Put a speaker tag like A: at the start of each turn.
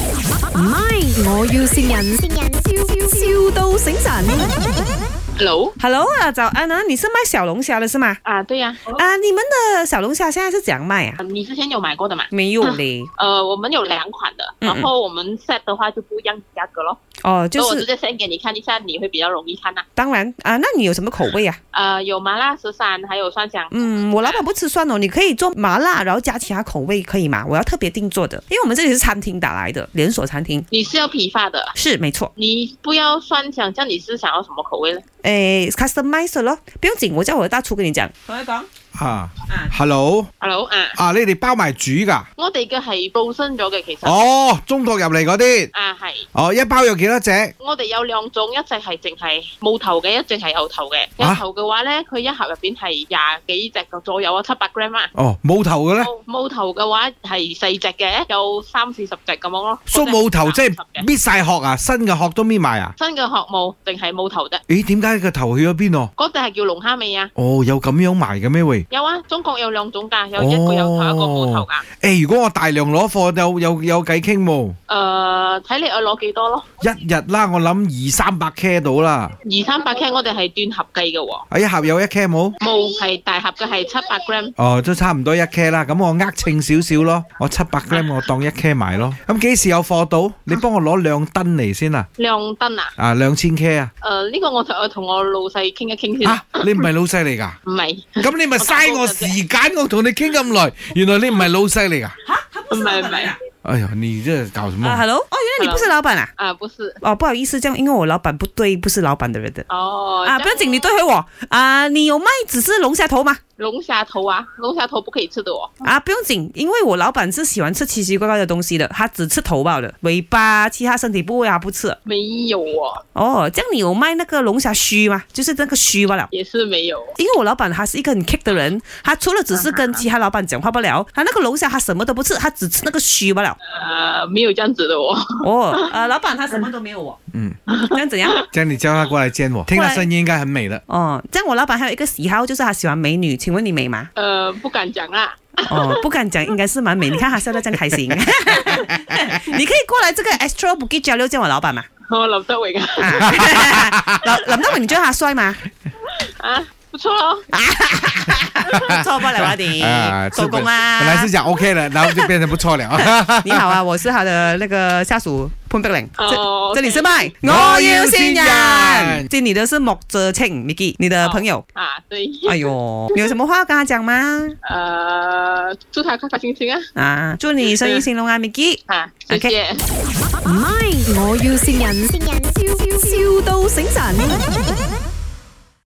A: 唔係，我要善人，笑笑到醒神。
B: Hello，
C: Hello 啊，早安啊！你是卖小龙虾的是吗？
B: 啊，对呀、
C: 啊，你们的小龙虾现在是怎样卖啊？
B: 呃你之前有买过的嘛？
C: 没有嘞，
B: 呃，我们有两款的，
C: 嗯嗯
B: 然后我们 set 的话就不一样价格咯，
C: 哦，
B: 所以
C: 就
B: 我直
C: 是
B: 接 send 给你看一下，你会比较容易看呐、
C: 当然啊，那你有什么口味啊？
B: 呃，有麻辣十三，还有蒜香。
C: 嗯，我老板不吃蒜哦，你可以做麻辣，然后加其他口味可以吗？我要特别定做的，因为我们这里是餐厅打来的，连锁餐厅
B: 你是要批发的，
C: 是没错。
B: 你不要蒜香，这样你是想要什么口味呢？
C: 诶，customize 咯，不用紧，我叫我的大厨跟你讲。同佢讲，
D: 啊，hello，啊
B: Hello，啊，
D: 啊，你哋包埋煮噶？
B: 我哋嘅係 f r 咗嘅，其實
D: 哦，中國入嚟嗰啲，
B: 啊係，
D: 哦，一包有幾多隻？
B: 我哋有兩種，一隻係淨係冇頭嘅，一隻係有頭嘅。有
D: 啊
B: 頭嘅話咧，佢一盒入邊係廿幾隻左右啊，七百 gram 啊。
D: 哦，冇頭嘅咧，
B: 冇冇頭嘅話係細隻嘅，有三四十隻咁樣咯。
D: 縮冇頭即係
B: 30嘅
D: 搣晒殼啊，新嘅殼都搣埋啊？
B: 新嘅殼冇，定係冇頭啫。
D: 咦，點解個頭去咗邊哦？
B: 嗰隻係叫龍蝦尾啊！
D: 哦，有咁樣賣嘅咩喂？
B: 有啊，中國有兩種㗎，有一個有頭，一個冇頭㗎。
D: 誒，如果我大量攞貨，有有有偈傾冇？
B: 誒、睇你愛攞幾多咯？
D: 一日啦，我諗二三百 K 到啦，
B: 二三百 K 我哋係斷盒計嘅喎，
D: 啊一盒有一 K 冇？
B: 冇係大盒嘅係七百 gram。
D: 哦，都差唔多一 K 啦，咁我呃稱少少咯，我七百 gram 我當一 K 埋咯。咁幾時有貨到？你幫我攞兩噸嚟先啊！
B: 亮燈啊！
D: 啊，兩千 K 啊！
B: 誒、呢、個我就我同我老細傾一傾先。
D: 啊，你唔係老細 嚟噶？
B: 唔係
D: 咁你咪嘥我時間，我同你傾咁耐，原來你唔係老細 嚟噶？
B: 唔係唔係
D: 哎呀，你真係搞什
C: 啊
D: 麼？
C: ，hello，哦，原来你不是老板啊？
B: 啊，不是
C: 哦，不好意思，这样，因为我老板不对，不是老板的人的。
B: 哦
C: 啊，
B: 這樣
C: 不要紧，你对回我啊，你有卖只是龙虾头吗？
B: 龍蝦頭啊，龍蝦頭不可以吃的哦。
C: 啊，不用紧，因为我老板是喜欢吃奇奇怪怪的东西的，他只吃头罢了，尾巴其他身体部位他不吃。
B: 沒有哦，
C: 哦，这样你有卖那个龙虾须吗？就是那个须罢了。
B: 也是沒有。
C: 因为我老板他是一个很 kick 的人，他除了只是跟其他老板讲话不了，他那个龙虾他什么都不吃，他只吃那个须罢了。
B: 呃，没有这样子的哦。
C: 哦，呃，老板他什么都没有哦。
D: 嗯，
C: 这样怎样？
D: 叫你叫他過來見我，聽他聲音應該很美的。
C: 哦，这样我老板还有一个喜好就是他喜欢美女，请问你美吗？
B: 呃，不敢讲啦。
C: 哦，不敢讲，应该是蛮美。你看他笑得这样开心。 你可以过来这个 Astro Bukit Jalil 见我老板嘛？
B: 我林德荣啊，
C: 啊， 老林德伟，你觉得他帅 吗？
B: 啊，不错哦。
C: 错不了啊你，
D: 是
C: 收工
D: 本来
C: 啊
D: 是！讲 OK 了，然後就變成不錯了。
C: 你好啊，我是他的那个下属潘碧玲。
B: 哦
C: 这这里是麦，
D: 我要先人
C: 见你的是莫哲庆 Miki，你的朋友。
B: 啊，对，
C: 哎呦，你有什么话要跟他讲吗？
B: 呃，祝他开开心心啊，
C: 啊，祝你生意兴隆啊，Miki。
B: 啊，谢谢。
A: 唔係，我要善人，笑笑到醒神。